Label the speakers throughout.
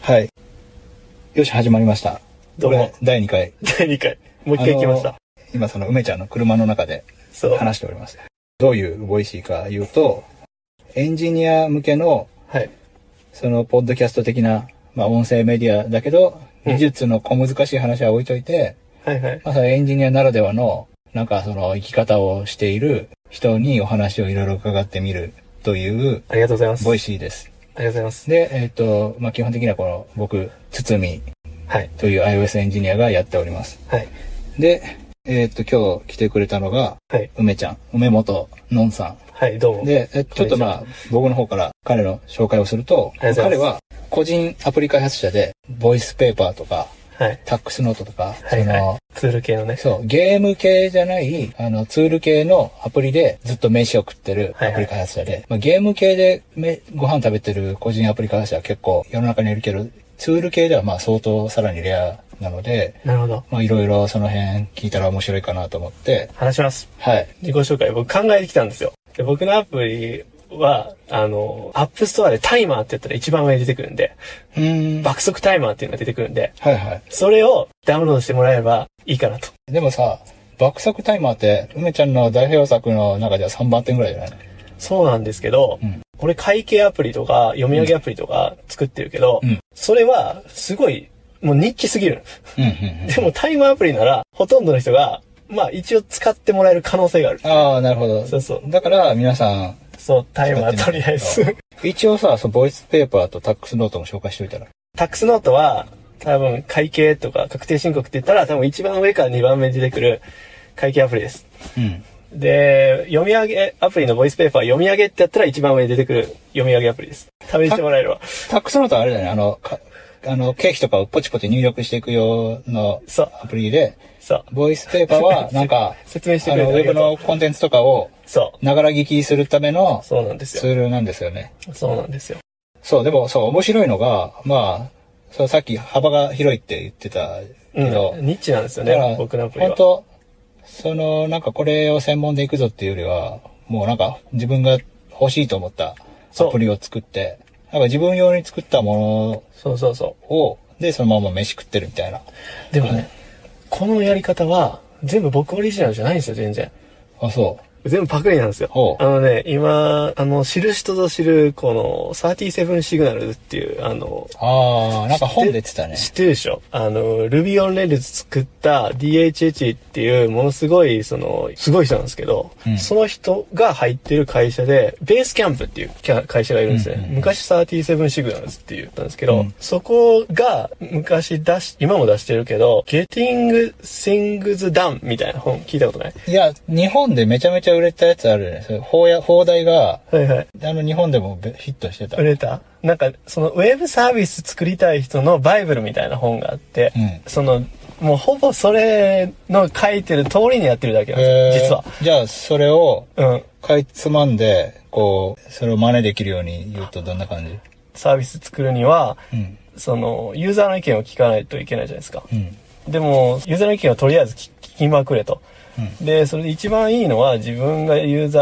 Speaker 1: はい。よし、始まりました。
Speaker 2: どうも
Speaker 1: これ第2回。
Speaker 2: 第2回。もう一回来ました。
Speaker 1: 今、その、梅ちゃんの車の中で
Speaker 2: そう。は
Speaker 1: 話しております。どういうボイシーか言うと、エンジニア向けの、
Speaker 2: い。
Speaker 1: その、ポッドキャスト的な、まあ、音声メディアだけど、
Speaker 2: うん
Speaker 1: 技術の小難しい話は置いといて、
Speaker 2: はいはい。
Speaker 1: まあ、そのエンジニアならではの、なんか、その、生き方をしている人にお話をいろいろ伺ってみるという、
Speaker 2: ありがとうございます。
Speaker 1: ボイシーです。
Speaker 2: ありがとうございます。
Speaker 1: で、えっ、と、まあ、基本的にはこの、僕、堤
Speaker 2: はい。
Speaker 1: という iOS エンジニアがやっております。
Speaker 2: はい。
Speaker 1: で、えーっと、今日来てくれたのが、
Speaker 2: はい。
Speaker 1: 梅ちゃん、梅本のんさ。
Speaker 2: はい、どうんも。
Speaker 1: で、えちょっとまあ、僕の方から彼の紹介をすると、
Speaker 2: ありがとうご
Speaker 1: 彼
Speaker 2: ざいま
Speaker 1: は個人アプリ開発者で、ボイスペーパーとか、
Speaker 2: はい。
Speaker 1: タックスノートとか、
Speaker 2: はい
Speaker 1: そ
Speaker 2: は
Speaker 1: の、
Speaker 2: い。ツール系のね。
Speaker 1: そう、ゲーム系じゃない、あの、ツール系のアプリでずっと飯を食ってる
Speaker 2: はいはい
Speaker 1: アプリ開発者で、まあ、ゲーム系でめご飯食べてる個人アプリ開発者は結構世の中にいるけど、ツール系ではまあ相当さらにレアなので、
Speaker 2: なるほど。
Speaker 1: まあいろいろその辺聞いたら面白いかなと思って、
Speaker 2: 話します。
Speaker 1: はい。
Speaker 2: 自己紹介、僕考えてきたんですよ。で僕のアプリは、あの、アップストアでタイマーって言ったら一番上に出てくるんで、
Speaker 1: うーん。はい
Speaker 2: 爆速タイマーっていうのが出てくるんで、
Speaker 1: は
Speaker 2: それをダウンロードしてもらえればいいかなと。
Speaker 1: い。でもさ、爆速タイマーって、梅ちゃんの代表作の中では3番点ぐらいじゃないの
Speaker 2: そうなんですけど、
Speaker 1: うん
Speaker 2: 俺会計アプリとか読み上げアプリとか作ってるけど、
Speaker 1: うん
Speaker 2: それはすごいもう日記すぎる。
Speaker 1: うんうんうん。
Speaker 2: でもタイムアプリならほとんどの人が、まあ一応使ってもらえる可能性がある。
Speaker 1: ああ、なるほど。
Speaker 2: そうそう。
Speaker 1: だから皆さん、
Speaker 2: そう、タイマーとりあえず。
Speaker 1: 一応さ、そのボイスペーパーとタックスノートも紹介しておいたら。
Speaker 2: タックスノートは多分会計とか確定申告って言ったら多分一番上から2番目に出てくる会計アプリです。
Speaker 1: うん。
Speaker 2: で、読み上げ、アプリのボイスペーパー読み上げってやったら一番上に出てくる読み上げアプリです。試してもらえれば。
Speaker 1: タックスノートはあれだよね、あの、かあの、経費とかをポチポチ入力していく用の
Speaker 2: そう、
Speaker 1: アプリで、
Speaker 2: そう。
Speaker 1: ボイスペーパーは、なんか、
Speaker 2: 説 明して
Speaker 1: あ
Speaker 2: くれ
Speaker 1: の、
Speaker 2: て
Speaker 1: ウ
Speaker 2: あり
Speaker 1: ェブ
Speaker 2: がとう
Speaker 1: のコンテンツとかを、
Speaker 2: そ
Speaker 1: ながら聞きするための
Speaker 2: う。そうなんです
Speaker 1: ツ
Speaker 2: よ。
Speaker 1: ールなんですよね。
Speaker 2: そうなんですよ。
Speaker 1: そう、でも、そう、面白いのが、まあ、そう、さっき幅が広いって言ってた
Speaker 2: うん
Speaker 1: けど、。
Speaker 2: ニッチなんですよ
Speaker 1: だから
Speaker 2: ね、僕のアプリ
Speaker 1: 本
Speaker 2: は。
Speaker 1: 当その、なんかこれを専門でいくぞっていうよりは、もうなんか自分が欲しいと思ったア
Speaker 2: そう
Speaker 1: プリを作って、なんか自分用に作ったも
Speaker 2: そうそうそ
Speaker 1: のを、で、そのまま飯食ってるみたいな。
Speaker 2: う。でもね、このやり方は、全部僕オリジナルじゃないんですよ、全然。
Speaker 1: あ、そ
Speaker 2: 全部パクリなんですよ
Speaker 1: ほ。う
Speaker 2: あのね、今、あの、知る人ぞ知る、この、37シグナルっていう、あの
Speaker 1: う。、あー、なんか本で言ってたね。
Speaker 2: 知ってるでしょあの、Ruby on Rails 作った DHH っていう、ものすごい、その、すごい人なんですけど、
Speaker 1: うん
Speaker 2: その人が入ってる会社で、ベースキャンプっていうキャ会社がいるんですね。
Speaker 1: うんうんうん
Speaker 2: 昔37シグナルズって言ったんですけど、
Speaker 1: うん
Speaker 2: そこが昔出し、今も出してるけど、Getting Things Done みたいな本聞いたことない
Speaker 1: いや、日本でめちゃめちゃ売れたやつあるよね。それ、放や、放題が、
Speaker 2: はいはい。
Speaker 1: あの、日本でもべヒットしてた。
Speaker 2: 売れたなんか、そのウェブサービス作りたい人のバイブルみたいな本があって、
Speaker 1: うん
Speaker 2: その、もうほぼそれの書いてる通りにやってるだけなん
Speaker 1: へ
Speaker 2: で
Speaker 1: ー
Speaker 2: すよ、
Speaker 1: じゃあ、それを、
Speaker 2: 実は。うん。
Speaker 1: かいつまんで、こう、それを真似できるように言うとどんな感じ
Speaker 2: サービス作るには、
Speaker 1: うん。
Speaker 2: その、ユーザーの意見を聞かないといけないじゃないですか。
Speaker 1: うん。
Speaker 2: でも、ユーザーの意見をとりあえず聞聞きまくれと。で、それで一番いいのは自分がユーザ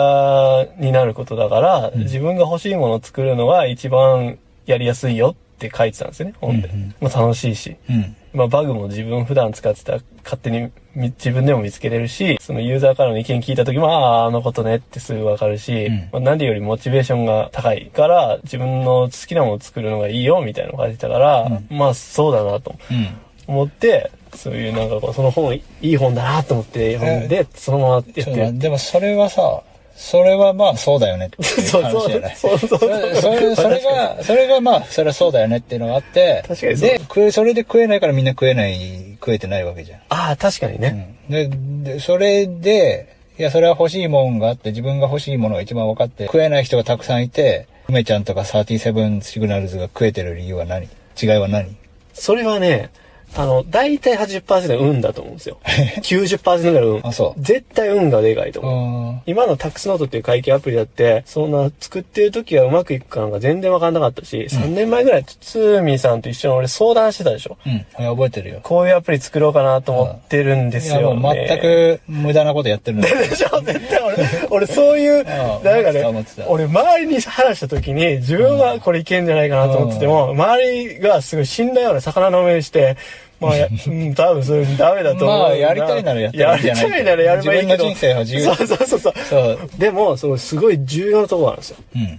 Speaker 2: ーになることだから、自分が欲しいものを作るのが一番やりやすいよって書いてたんですよね、本で。
Speaker 1: うんうん
Speaker 2: まあ楽しいし。
Speaker 1: うん。
Speaker 2: まあ、バグも自分普段使ってたら勝手にみ自分でも見つけれるし、そのユーザーからの意見聞いた時も、ああ、あのことねってすぐわかるし、
Speaker 1: うん
Speaker 2: まあ、何よりモチベーションが高いから、自分の好きなものを作るのがいいよみたいなのが書いてたから、まあそうだなと
Speaker 1: うん。
Speaker 2: 思って、そういうなんかこう、その本、いい本だなと思って読んで、そのままやって
Speaker 1: ちょっと待っ
Speaker 2: る。。
Speaker 1: てでもそれはさ、それはまあ そうだよねっていう話じゃない
Speaker 2: そうそうそうそう
Speaker 1: れそれそれが、それがまあ、それはそうだよねっていうのがあって、
Speaker 2: 確かにそう
Speaker 1: で、食え、それで食えないからみんな食えない、食えてないわけじゃん。
Speaker 2: ああ、確かにね。
Speaker 1: うん、でで、それで、いや、それは欲しいもんがあって、自分が欲しいものが一番分かって、食えない人がたくさんいて、梅ちゃんとか37シグナルズが食えてる理由は何違いは何
Speaker 2: それはね、あの、大体80%運だと思うん ですよ。90%ぐらい運。
Speaker 1: あそう
Speaker 2: 絶対運がでかいと
Speaker 1: う
Speaker 2: 思う。
Speaker 1: ん。
Speaker 2: 今のタックスノートっていう会計アプリだって、そんな作ってる時はうまくいくかなんか全然わかんなかったし、3年前ぐらい、つーみんさんと一緒に俺相談してたでしょ。
Speaker 1: うん。これ覚えてるよ。
Speaker 2: こういうアプリ作ろうかなと思ってるんで
Speaker 1: い
Speaker 2: す
Speaker 1: や、
Speaker 2: よ、
Speaker 1: もう
Speaker 2: ね。
Speaker 1: 全。く無駄なことやってるの。
Speaker 2: でしょ絶対俺、俺そういう、なんかね
Speaker 1: 思ってた思って、た
Speaker 2: 俺周りに話した時に、自分はこれいけんじゃないかなと思ってても、周りがすごい死んだような魚の目にして、 まあ、やうん、多分それダメだと思う。
Speaker 1: まあ、やりたいならやってるんじゃない
Speaker 2: やりたいならやればいいけ
Speaker 1: 自
Speaker 2: ど。
Speaker 1: 分の人生は自由。
Speaker 2: そうそうそうそう。
Speaker 1: そう。
Speaker 2: でも、そのすごい重要なところなんですよ。
Speaker 1: うん。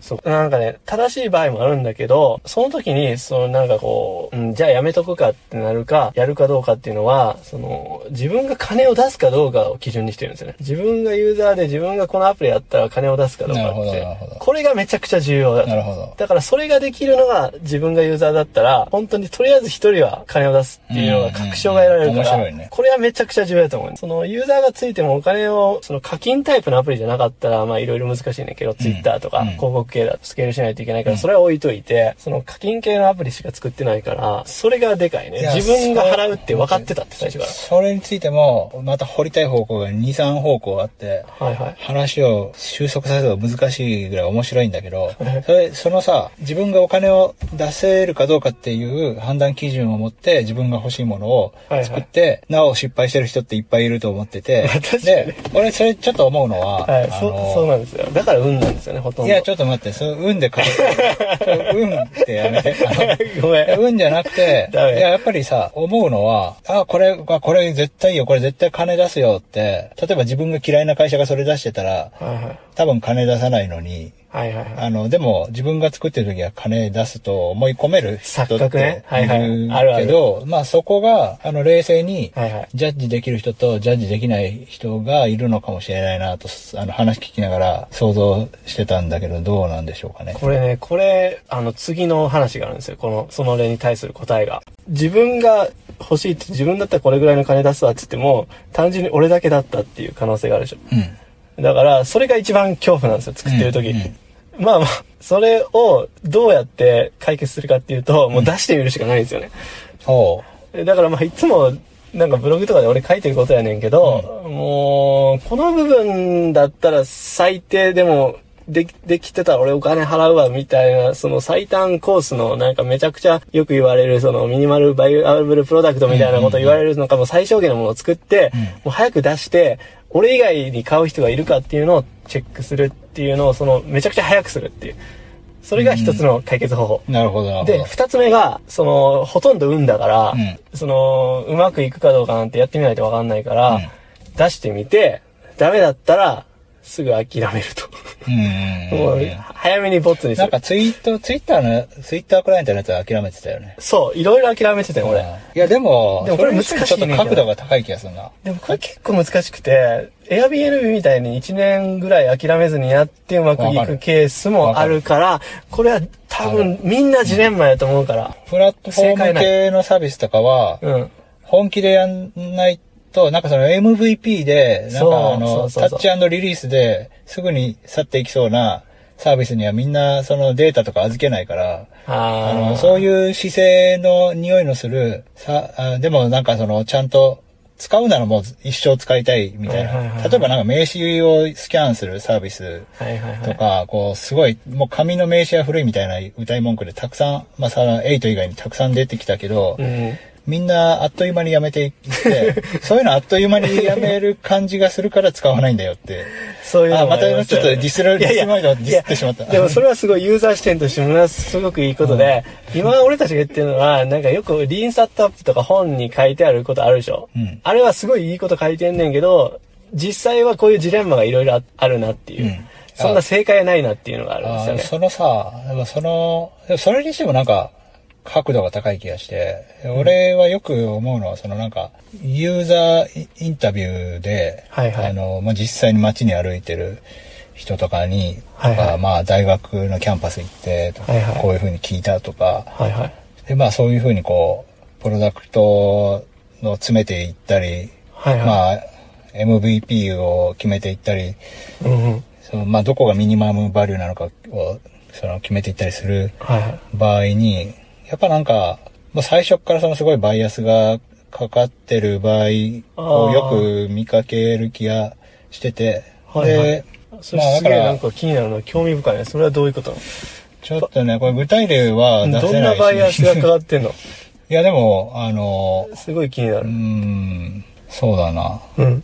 Speaker 2: そう。なんかね、正しい場合もあるんだけど、その時に、そのなんかこう、うん、じゃあやめとくかってなるか、やるかどうかっていうのは、その、自分が金を出すかどうかを基準にしてるんですよね。自分がユーザーで自分がこのアプリやったら金を出すかどうか
Speaker 1: なるほ
Speaker 2: っ
Speaker 1: どな
Speaker 2: て
Speaker 1: るほど、
Speaker 2: これがめちゃくちゃ重要だ
Speaker 1: なるほど。
Speaker 2: だからそれができるのが自分がユーザーだったら、本当にとりあえず一人は金を出すっていうのが確証が得られるから、
Speaker 1: うんうんうん面白いね
Speaker 2: これはめちゃくちゃ重要だと思う。そのユーザーがついてもお金を、その課金タイプのアプリじゃなかったら、まあいろいろ難しいねんけど、Twitter とか
Speaker 1: うん
Speaker 2: 広告系だとスケールしないといけないから、それは置いといて、その課金系のアプリしか作ってないから、それがでかい
Speaker 1: い
Speaker 2: ね。
Speaker 1: や
Speaker 2: 自分が払うって分かってたって最初から。
Speaker 1: それについても、また掘りたい方向が2、3方向あって、
Speaker 2: はいはい。
Speaker 1: 話を収束させるのが難しいぐらい面白いんだけ ど、それ、そのさ、自分がお金を出せるかどうかっていう判断基準を持って自分が欲しいものを作って、なお失敗してる人っていっぱいいると思ってて
Speaker 2: 確か、に
Speaker 1: で、俺それちょっと思うのは、
Speaker 2: はい、
Speaker 1: あ
Speaker 2: そ
Speaker 1: の
Speaker 2: そうなんですよ。だから運なんですよね、ほとんど。
Speaker 1: いや、ちょっと待って、その運で買う。ちょ運ってやめて。あの
Speaker 2: ごめん
Speaker 1: いや。運じゃなくて、い
Speaker 2: ダメ
Speaker 1: や、やっぱりさ、思うのは、あ、これ、あこれ絶対いいよ、これ絶対金出すよって、例えば自分が嫌いな会社がそれ出してたら、
Speaker 2: はいはい。
Speaker 1: 多分金出さないのに、
Speaker 2: はいはいはい。
Speaker 1: あの、でも自分が作ってる時は金出すと思い込める人ってい
Speaker 2: 錯覚ねはいはいあ
Speaker 1: る
Speaker 2: るあ
Speaker 1: け
Speaker 2: る
Speaker 1: ど、まあそこが、あの、冷静に
Speaker 2: はいはい、
Speaker 1: ジャッジできる人とジャッジできない人がいるのかもしれないなと、あの、話聞きながら想像してたんだけど、どうなんでしょうかね。
Speaker 2: これね、これ、あの、次の話があるんですよ。この、その例に対する答えが。自分が欲しいって、自分だったらこれぐらいの金出すわって言っても、単純に俺だけだったっていう可能性があるでしょ。
Speaker 1: うん。
Speaker 2: だから、それが一番恐怖なんですよ、作ってる時。
Speaker 1: うんうん
Speaker 2: まあまあ、それをどうやって解決するかっていうと、もう出してみるしかないんですよね。
Speaker 1: おう。
Speaker 2: だからまあいつもなんかブログとかで俺書いてることやねんけど、もう、この部分だったら最低でも、でき、できてたら俺お金払うわ、みたいな、その最短コースの、なんかめちゃくちゃよく言われる、そのミニマルバイアブルプロダクトみたいなこと言われるのかも最小限のものを作って、もう早く出して、俺以外に買う人がいるかっていうのをチェックするっていうのを、その、めちゃくちゃ早くするっていう。それが一つの解決方法。
Speaker 1: なるほど、なるほど。
Speaker 2: で、二つ目が、その、ほとんど運だから、
Speaker 1: うん
Speaker 2: その、うまくいくかどうかなんてやってみないとわかんないから、
Speaker 1: うん
Speaker 2: 出してみて、ダメだったら、すぐ諦める
Speaker 1: う。
Speaker 2: と。もうん早めにボツにす
Speaker 1: なん
Speaker 2: る
Speaker 1: か。ツイート、ツイッターの、ツイッタークライアントのやつは諦めてたよね。
Speaker 2: そう、いろいろ諦めてたよ、俺。
Speaker 1: いや、でも、
Speaker 2: でもこれ難しい
Speaker 1: そ
Speaker 2: ね
Speaker 1: にしてもちょっと角度が高い気がするな。
Speaker 2: でもこれ結構難しくて、Airbnb みたいに1年ぐらい諦めずにやってうまくい
Speaker 1: わかる
Speaker 2: くケースもあるから、これは多分みんなジレンマやと思うから。
Speaker 1: プラットフォーム系のサービスとかは、
Speaker 2: うん。
Speaker 1: 本気でやんないと、なんかその MVP で、なんかあ
Speaker 2: そう
Speaker 1: の、
Speaker 2: そうそう
Speaker 1: タ
Speaker 2: そう
Speaker 1: ッチリリースですぐに去っていきそうなサービスにはみんなそのデータとか預けないから、あ
Speaker 2: あ
Speaker 1: の、
Speaker 2: ー
Speaker 1: そういう姿勢の匂いのする、さ、あでもなんかその、ちゃんと、使うならもう一生使いたいみたい
Speaker 2: はいはいはい
Speaker 1: な。例えばなんか名刺をスキャンするサービス
Speaker 2: はいはいは
Speaker 1: と
Speaker 2: い。
Speaker 1: か、こう、すごい、もう紙の名刺は古いみたいな歌い文句でたくさん、まあ、さ、8以外にたくさん出てきたけど、
Speaker 2: うん。
Speaker 1: みんなあっという間にやめてい って、そういうのあっという間にやめる感じがするから使わないんだよって。
Speaker 2: そういうの
Speaker 1: あ、
Speaker 2: も
Speaker 1: ま
Speaker 2: あ
Speaker 1: た
Speaker 2: りす
Speaker 1: ちょ
Speaker 2: よ
Speaker 1: っ
Speaker 2: ね
Speaker 1: とディスられ
Speaker 2: いや
Speaker 1: デ
Speaker 2: い
Speaker 1: ィス
Speaker 2: や
Speaker 1: まいのディスってしまった。
Speaker 2: でもそれはすごいユーザー視点としてものすごくいいことで、今俺たちが言ってるのは、なんかよくリーンスタットアップとか本に書いてあることあるでしょ、
Speaker 1: うん
Speaker 2: あれはすごいいいこと書いてんねんけど、実際はこういうジレンマがいろいろああるなってい
Speaker 1: う
Speaker 2: う、
Speaker 1: ん
Speaker 2: そんな正解はないなっていうのがあるん
Speaker 1: あー
Speaker 2: ですよね。
Speaker 1: そのさ、でもその、でもそれにしてもなんか、角度が高い気がして、俺はよく思うのは、そのなんか、ユーザーインタビューで、
Speaker 2: はいはい
Speaker 1: あの、まあ、実際に街に歩いてる人とかに、
Speaker 2: はいはい
Speaker 1: とかまあ、大学のキャンパス行ってとか、
Speaker 2: はいはい
Speaker 1: こういう風に聞いたとか、
Speaker 2: はいはい。
Speaker 1: で、まあ、そういう風にこう、プロダクトの詰めていったり、
Speaker 2: はいはい。
Speaker 1: まあ、MVP を決めていったり、
Speaker 2: うんうん。
Speaker 1: そのまあ、どこがミニマムバリューなのかをその決めていったりする
Speaker 2: はいはい。
Speaker 1: 場合に、やっぱなんか、もう最初からそのすごいバイアスがかかってる場合を
Speaker 2: あー
Speaker 1: よく見かける気がしてて、
Speaker 2: はいはい
Speaker 1: で、
Speaker 2: それすげえなんか気になるの興味深いね。それはどういうこと
Speaker 1: ちょっとね、これ具体例は
Speaker 2: な
Speaker 1: 出
Speaker 2: のど
Speaker 1: せ
Speaker 2: ん
Speaker 1: ない
Speaker 2: な
Speaker 1: し。
Speaker 2: バイアスがかかってんの
Speaker 1: いや、でも、あの、
Speaker 2: すごい気にな
Speaker 1: うー
Speaker 2: る。
Speaker 1: ん、そうだな。
Speaker 2: うん。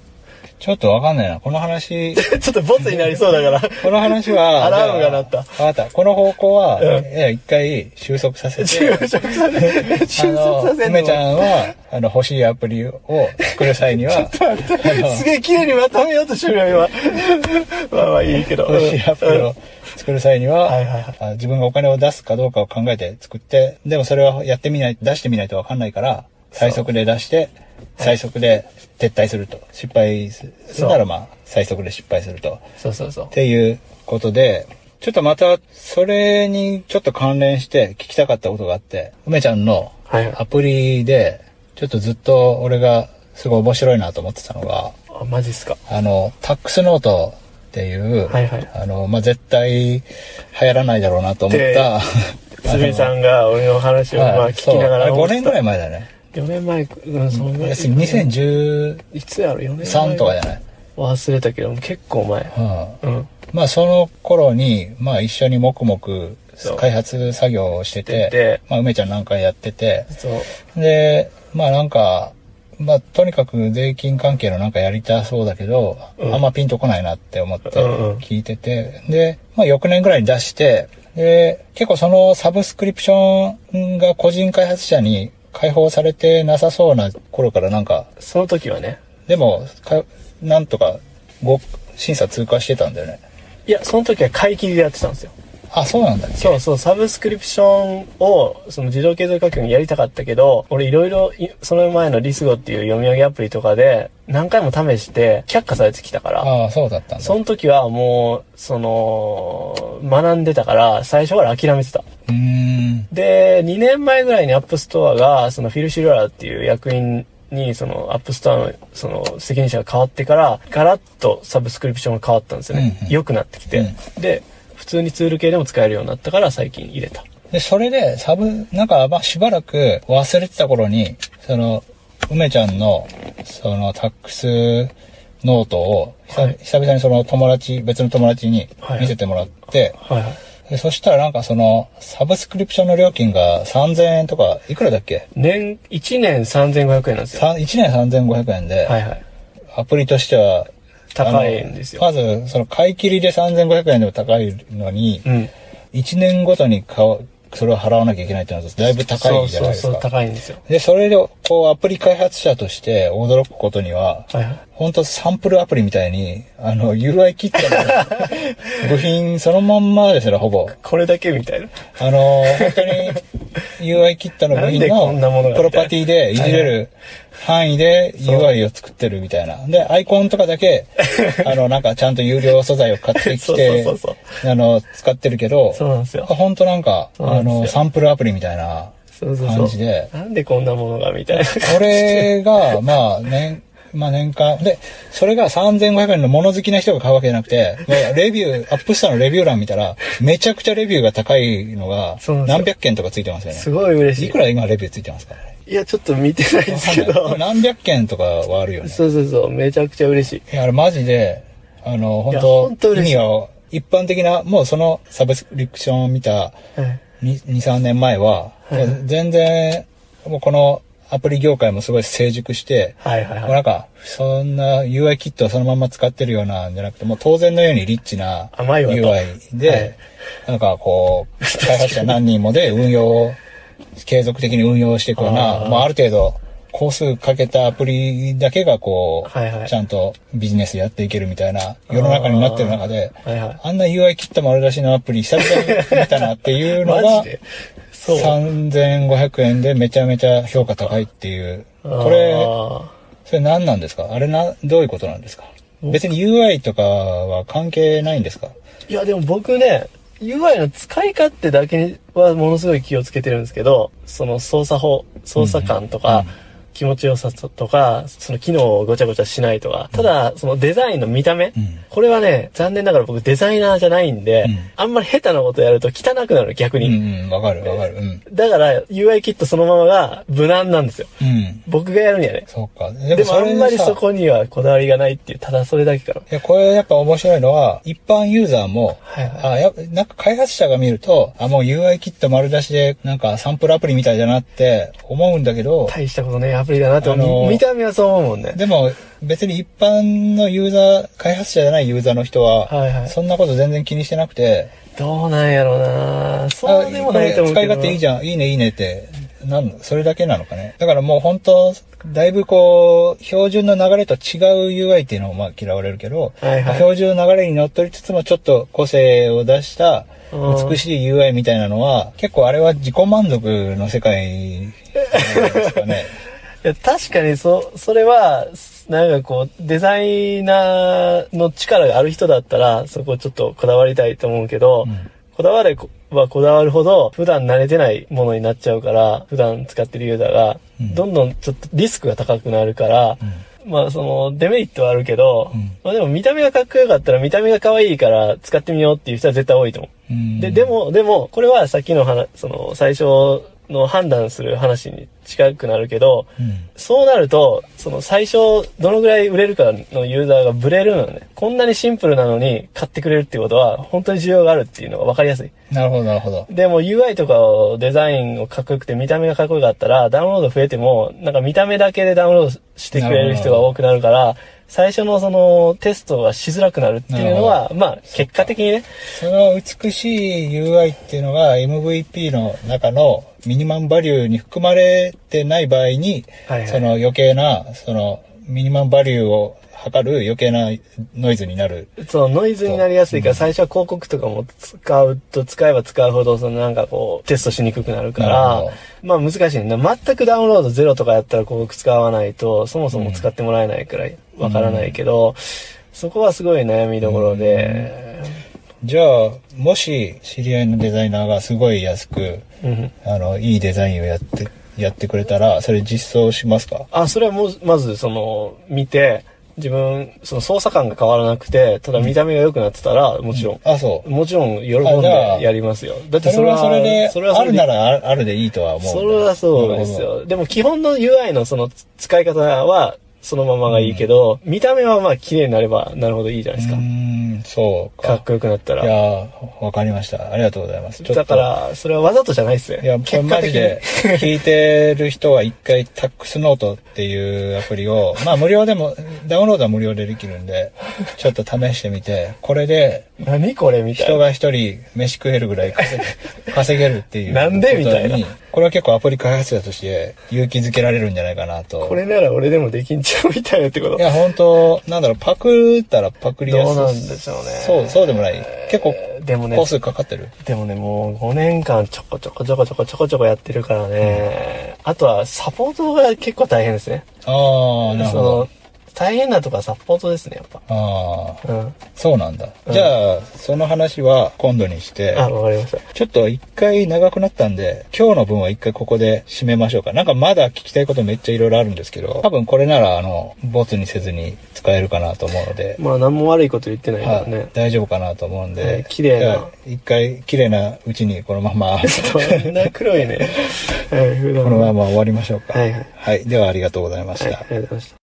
Speaker 1: ちょっとわかんないな。この話、
Speaker 2: ちょっとボツになりそうだから。
Speaker 1: この話は、
Speaker 2: アラームが鳴った
Speaker 1: わかった。この方向は、
Speaker 2: うん
Speaker 1: いや一回収束させ
Speaker 2: 就
Speaker 1: て、
Speaker 2: 職させ、就
Speaker 1: あの
Speaker 2: 職させんの
Speaker 1: 梅ちゃんは、あの、欲しいアプリを作る際には、あの
Speaker 2: すげえ綺麗にまとめようとしてるよ、今。まあまあいいけど。
Speaker 1: 欲しいアプリを作る際には、
Speaker 2: はいはいはい
Speaker 1: あ自分がお金を出すかどうかを考えて作って、でもそれはやってみない、出してみないとわかんないから、最速で出して、最速で撤退すると。失敗すするならまあ、最速で失敗すると。
Speaker 2: そうそうそう
Speaker 1: っ。ていうことで、ちょっとまた、それにちょっと関連して聞きたかったことがあって、梅ちゃんの
Speaker 2: はい
Speaker 1: アプリで、ちょっとずっと俺がすごい面白いなと思ってたのが、
Speaker 2: あ、マジっすか。
Speaker 1: あの、タックスノートっていう、
Speaker 2: はいはい
Speaker 1: あの、まあ、絶対流行らないだろうなと思っ
Speaker 2: で
Speaker 1: た。
Speaker 2: つびさんが俺の話をまあ聞きながら
Speaker 1: 5年ぐらい
Speaker 2: い。
Speaker 1: 前だね。
Speaker 2: 4年前、うん、そのぐらい。
Speaker 1: 2013
Speaker 2: いつやろ、4年。
Speaker 1: とかじゃないい、
Speaker 2: 忘れたけど、結構前。
Speaker 1: うん、
Speaker 2: うん。
Speaker 1: まあその頃に、まあ一緒に黙々
Speaker 2: そう
Speaker 1: 開発作業をして
Speaker 2: やってて、
Speaker 1: まあ梅ちゃんなんかやってて、
Speaker 2: そう。
Speaker 1: で、まあなんか、まあとにかく税金関係のなんかやりたそうだけど、
Speaker 2: うん
Speaker 1: あんまピンとこないなって思って
Speaker 2: うんうん
Speaker 1: 聞いてて、で、まあ翌年ぐらいに出して、で、結構そのサブスクリプションが個人開発者に解放されてなさそうな頃からなんか、
Speaker 2: その時はね。
Speaker 1: でも、かなんとかご審査通過してたんだよね。
Speaker 2: いや、その時は買い切りでやってたんですよ。
Speaker 1: あ、そうなんだっけ
Speaker 2: そうそう、サブスクリプションを、その自動継続課金やりたかったけど、俺いろいろ、いその前のリスゴっていう読み上げアプリとかで、何回も試して、却下されてきたから、
Speaker 1: ああ、そうだったんだ。
Speaker 2: その時はもう、その、学んでたから、最初から諦めてた。
Speaker 1: うーん。
Speaker 2: で、2年前ぐらいにアップストアが、そのフィル・シルラーっていう役員に、そのアップストアの、その責任者が変わってから、ガラッとサブスクリプションが変わったんですよね。
Speaker 1: うんうん
Speaker 2: 良くなってきて、で、普通にツール系でも使えるようになったから、最近入れた。
Speaker 1: で、それで、サブ、なんか、まあ、しばらく忘れてた頃に、その、梅ちゃんの、その、タックスノートを、久
Speaker 2: はい
Speaker 1: 久々にその友達、別の友達に
Speaker 2: はい
Speaker 1: 見せてもらって、
Speaker 2: はいはい。
Speaker 1: でそしたらなんかその、サブスクリプションの料金が3000円とか、いくらだっけ
Speaker 2: 年、1年3500円なんですよ。
Speaker 1: さん ?1 年3500円で、
Speaker 2: はいはい。
Speaker 1: アプリとしては、
Speaker 2: 高いんですよ
Speaker 1: あのまず、その、買い切りで3500円でも高いのに、
Speaker 2: うん。
Speaker 1: 一年ごとに買うそれを払わなきゃいけないってのはだいぶ高いじゃないですか。
Speaker 2: そうそうそう、高いんですよ。
Speaker 1: で、それで、こう、アプリ開発者として驚くことには、
Speaker 2: はいはい。
Speaker 1: ほんとサンプルアプリみたいに、あの、UI キット の部品そのまんまですね、ほぼ。
Speaker 2: これだけみたいな。
Speaker 1: あの、本当に UI キットの部
Speaker 2: なんでこんなもの
Speaker 1: 品の
Speaker 2: が
Speaker 1: プロパティでいじれる範囲で UI を作ってるみたいな。で、アイコンとかだけ、あの、なんかちゃんと有料素材を買ってき
Speaker 2: そうそう
Speaker 1: て
Speaker 2: そう、
Speaker 1: あの、使ってるけど、
Speaker 2: そうなんですよ。
Speaker 1: ほんとなんか、
Speaker 2: そうな
Speaker 1: あ
Speaker 2: んですよ
Speaker 1: の、サンプルアプリみたいな
Speaker 2: そうそう
Speaker 1: 感じ
Speaker 2: そう。
Speaker 1: で、
Speaker 2: なんでこんなものがみたいな。
Speaker 1: これが、まあ、年、まあ年間、で、それが3500円の物好きな人が買うわけじゃなくて、もうレビュー、アップスターのレビュー欄見たら、めちゃくちゃレビューが高いのが
Speaker 2: そうなん、ですよ
Speaker 1: 何百件とかついてますよね。
Speaker 2: すごい嬉しい。
Speaker 1: いくら今レビューついてますか
Speaker 2: いや、ちょっと見てないんですけ
Speaker 1: わか
Speaker 2: ど
Speaker 1: ん。ない何百件とかはあるよね。
Speaker 2: そうそうそう、めちゃくちゃ嬉しい。
Speaker 1: いや、あれマジで、あの、
Speaker 2: いや
Speaker 1: 本
Speaker 2: 本当
Speaker 1: 当
Speaker 2: 嬉しい
Speaker 1: 意味を、一般的な、もうそのサブスクリプションを見た、
Speaker 2: はい。
Speaker 1: 2、3年前は、全然、もうこのアプリ業界もすごい成熟して、
Speaker 2: はいはい
Speaker 1: もう
Speaker 2: は。
Speaker 1: ないんか、そんな UI キットをそのまんま使ってるようなんじゃなくて、もう当然のようにリッチな
Speaker 2: 甘いわと
Speaker 1: UI で、なんかこう、開発者何人もで運用を、継続的に運用していくような、
Speaker 2: あー
Speaker 1: まあある程度、工数かけたアプリだけがこう、
Speaker 2: はいはい
Speaker 1: ちゃんとビジネスやっていけるみたいな世の中になってる中で、
Speaker 2: はいはい。
Speaker 1: あんな UI 切った丸出しのアプリ久々に見たなっていうの
Speaker 2: マ
Speaker 1: が
Speaker 2: ジ、でそう。
Speaker 1: 3500円でめちゃめちゃ評価高いっていう。これ、
Speaker 2: あ
Speaker 1: それ何なんですかあれな、どういうことなんですか別に UI とかは関係ないんですか
Speaker 2: ーいや、でも僕ね、UI の使い勝手だけはものすごい気をつけてるんですけど、その操作法、操作感とか、気持ちよさとか、その機能をごちゃごちゃしないとか、ただ、そのデザインの見た目、
Speaker 1: ん
Speaker 2: これはね、残念ながら僕デザイナーじゃないんで、
Speaker 1: うん
Speaker 2: あんまり下手なことやると汚くなる、逆
Speaker 1: う
Speaker 2: に。
Speaker 1: んうん、わかるわかる。うん。
Speaker 2: だから、UI キットそのままが無難なんですよ。
Speaker 1: うん。
Speaker 2: 僕がやるにはね。
Speaker 1: そうか。
Speaker 2: で
Speaker 1: で
Speaker 2: もあんまり
Speaker 1: さ
Speaker 2: そこにはこだわりがないっていう、ただそれだけかな。
Speaker 1: いや、これやっぱ面白いのは、一般ユーザーも、
Speaker 2: はい
Speaker 1: あ
Speaker 2: はい
Speaker 1: やなんか開発者が見ると、あ、もう UI キット丸出しで、なんかサンプルアプリみたいだなって思うんだけど、
Speaker 2: 大したことね、アプリだなって、
Speaker 1: あのー
Speaker 2: 見た目はそう思うもんね。
Speaker 1: でも別に一般のユーザー、開発者じゃないユーザーの人は、
Speaker 2: はいはい
Speaker 1: そんなこと全然気にしてなくて、
Speaker 2: どうなんやろうな
Speaker 1: あ
Speaker 2: そうでもないと思う
Speaker 1: これ使
Speaker 2: けど。
Speaker 1: い勝手いいじゃん、いいねいいねって、なんそれだけなのかね。だからもう本当、だいぶこう、標準の流れと違う UI っていうのもまあ嫌われるけど、
Speaker 2: はいはい
Speaker 1: 標準の流れに乗っ取りつつもちょっと個性を出した、
Speaker 2: うん
Speaker 1: 美しい UI みたいなのは、結構あれは自己満足の世界ですか ね。
Speaker 2: いや確かにそそれはなんかこうデザイナーの力がある人だったらそこちょっとこだわりたいと思うけど、
Speaker 1: うん
Speaker 2: こだわればこだわるほど普段慣れてないものになっちゃうから普段使ってるユーザーが
Speaker 1: うん
Speaker 2: どんどんちょっとリスクが高くなるから、まあそのデメリットはあるけど、
Speaker 1: うん
Speaker 2: まあでも見た目がかっこよかったら見た目が可愛いから使ってみようっていう人は絶対多いと思う。
Speaker 1: うん
Speaker 2: で、で、も、でも、これはさっきの話、その、最初の判断する話に近くなるけど、
Speaker 1: うん
Speaker 2: そうなると、その最初、どのぐらい売れるかのユーザーがブレるのね。こんなにシンプルなのに買ってくれるってことは、本当に需要があるっていうのが分かりやすい。
Speaker 1: なるほど、なるほど。
Speaker 2: でも UI とかをデザインをかっこよくて見た目がかっこよかったら、ダウンロード増えても、なんか見た目だけでダウンロードしてくれる人が多くなるから、最初のそのテストがしづらくなるっていうのは、まあ結果的にね、
Speaker 1: その美しい UI っていうのが MVP の中のミニマムバリューに含まれてない場合に、
Speaker 2: はいはい
Speaker 1: その余計な、そのミニマムバリューを測る余計なノイズになる。
Speaker 2: そう、ノイズになりやすいから、最初は広告とかも使うと、使えば使うほど、そのなんかこう、テストしにくくなるか
Speaker 1: な
Speaker 2: ら
Speaker 1: るほ、
Speaker 2: まあ難しいね。全くダウンロードゼロとかやったら広告使わないと、そもそも使ってもらえないくらいわからないけど、そこはすごい悩みどころで、
Speaker 1: じゃあ、もし知り合いのデザイナーがすごい安く、
Speaker 2: うん。
Speaker 1: あの、いいデザインをやって、やってくれたら、それ実装しますか
Speaker 2: あ、それはもう、まずその、見て、自分、その操作感が変わらなくて、ただ見た目が良くなってたら、もちろん、
Speaker 1: あ、そう。
Speaker 2: もちろん喜ん
Speaker 1: あじゃあ
Speaker 2: でやりますよ。だって
Speaker 1: そ
Speaker 2: そ
Speaker 1: れ
Speaker 2: れは、
Speaker 1: はそれで、
Speaker 2: それはそ
Speaker 1: あ
Speaker 2: れ
Speaker 1: る
Speaker 2: で
Speaker 1: ならああるでいいとは思う。
Speaker 2: それはそうですよ。でも基本の UI のその使い方はそのままがいいけど、見た目はまあ綺麗になればなるほどいいじゃない
Speaker 1: な
Speaker 2: で
Speaker 1: るほど。うー
Speaker 2: すか。
Speaker 1: ん、そう
Speaker 2: かっこよくなった
Speaker 1: いや
Speaker 2: ら。
Speaker 1: ー、わかりました。ありがとうございます。ちょっと
Speaker 2: だか、ら、それはわざとじゃないっすよ。
Speaker 1: いや、これ
Speaker 2: 結
Speaker 1: マ
Speaker 2: 果
Speaker 1: ジ
Speaker 2: 的に。
Speaker 1: で、聞いてる人は一回タックスノートっていうアプリを、 まあ無料でも、ダウンロードは無料でできるんで、ちょっと試してみて、これで
Speaker 2: 何これみたい
Speaker 1: 人
Speaker 2: な。
Speaker 1: が一人飯食えるぐらい稼 げ稼げるっていう。
Speaker 2: なんでみたいな。
Speaker 1: これは結構アプリ開発者として勇気づけられるんじゃないかなと。
Speaker 2: これなら俺でもできんちゃうみたいなってこと
Speaker 1: い。や、本当なんだろう、パクったらパクりやす
Speaker 2: ど
Speaker 1: いう
Speaker 2: なんでしょうね
Speaker 1: そう、そうでもない。結構、
Speaker 2: でもね
Speaker 1: 個数かかってる。
Speaker 2: でもね、もう5年間ちょこちょこちょこちょこちょこちょこやってるからね。あとはサポートが結構大変ですね。
Speaker 1: ああ、なる
Speaker 2: そ
Speaker 1: ほど
Speaker 2: の。、大変なとかサポートですね、やっぱ。
Speaker 1: ああ。
Speaker 2: うん。
Speaker 1: そうなんだ。
Speaker 2: うん
Speaker 1: じゃあ、その話は今度にして、
Speaker 2: あ、わかりました。
Speaker 1: ちょっと一回長くなったんで、今日の分は一回ここで締めましょうか。なんかまだ聞きたいことめっちゃいろいろあるんですけど、多分これなら、あの、ボツにせずに使えるかなと思うので、
Speaker 2: まあ何も悪いこと言ってないから
Speaker 1: はい、
Speaker 2: ね。
Speaker 1: 大丈夫かなと思うんで、
Speaker 2: はい綺麗な
Speaker 1: じゃあ一回綺麗なうちにこのまま、
Speaker 2: そんな黒いね。はい、普段
Speaker 1: このまま終わりましょうか。
Speaker 2: はいはい。
Speaker 1: はい、ではありがとうございまし
Speaker 2: はい、あり
Speaker 1: た
Speaker 2: が。とうございました。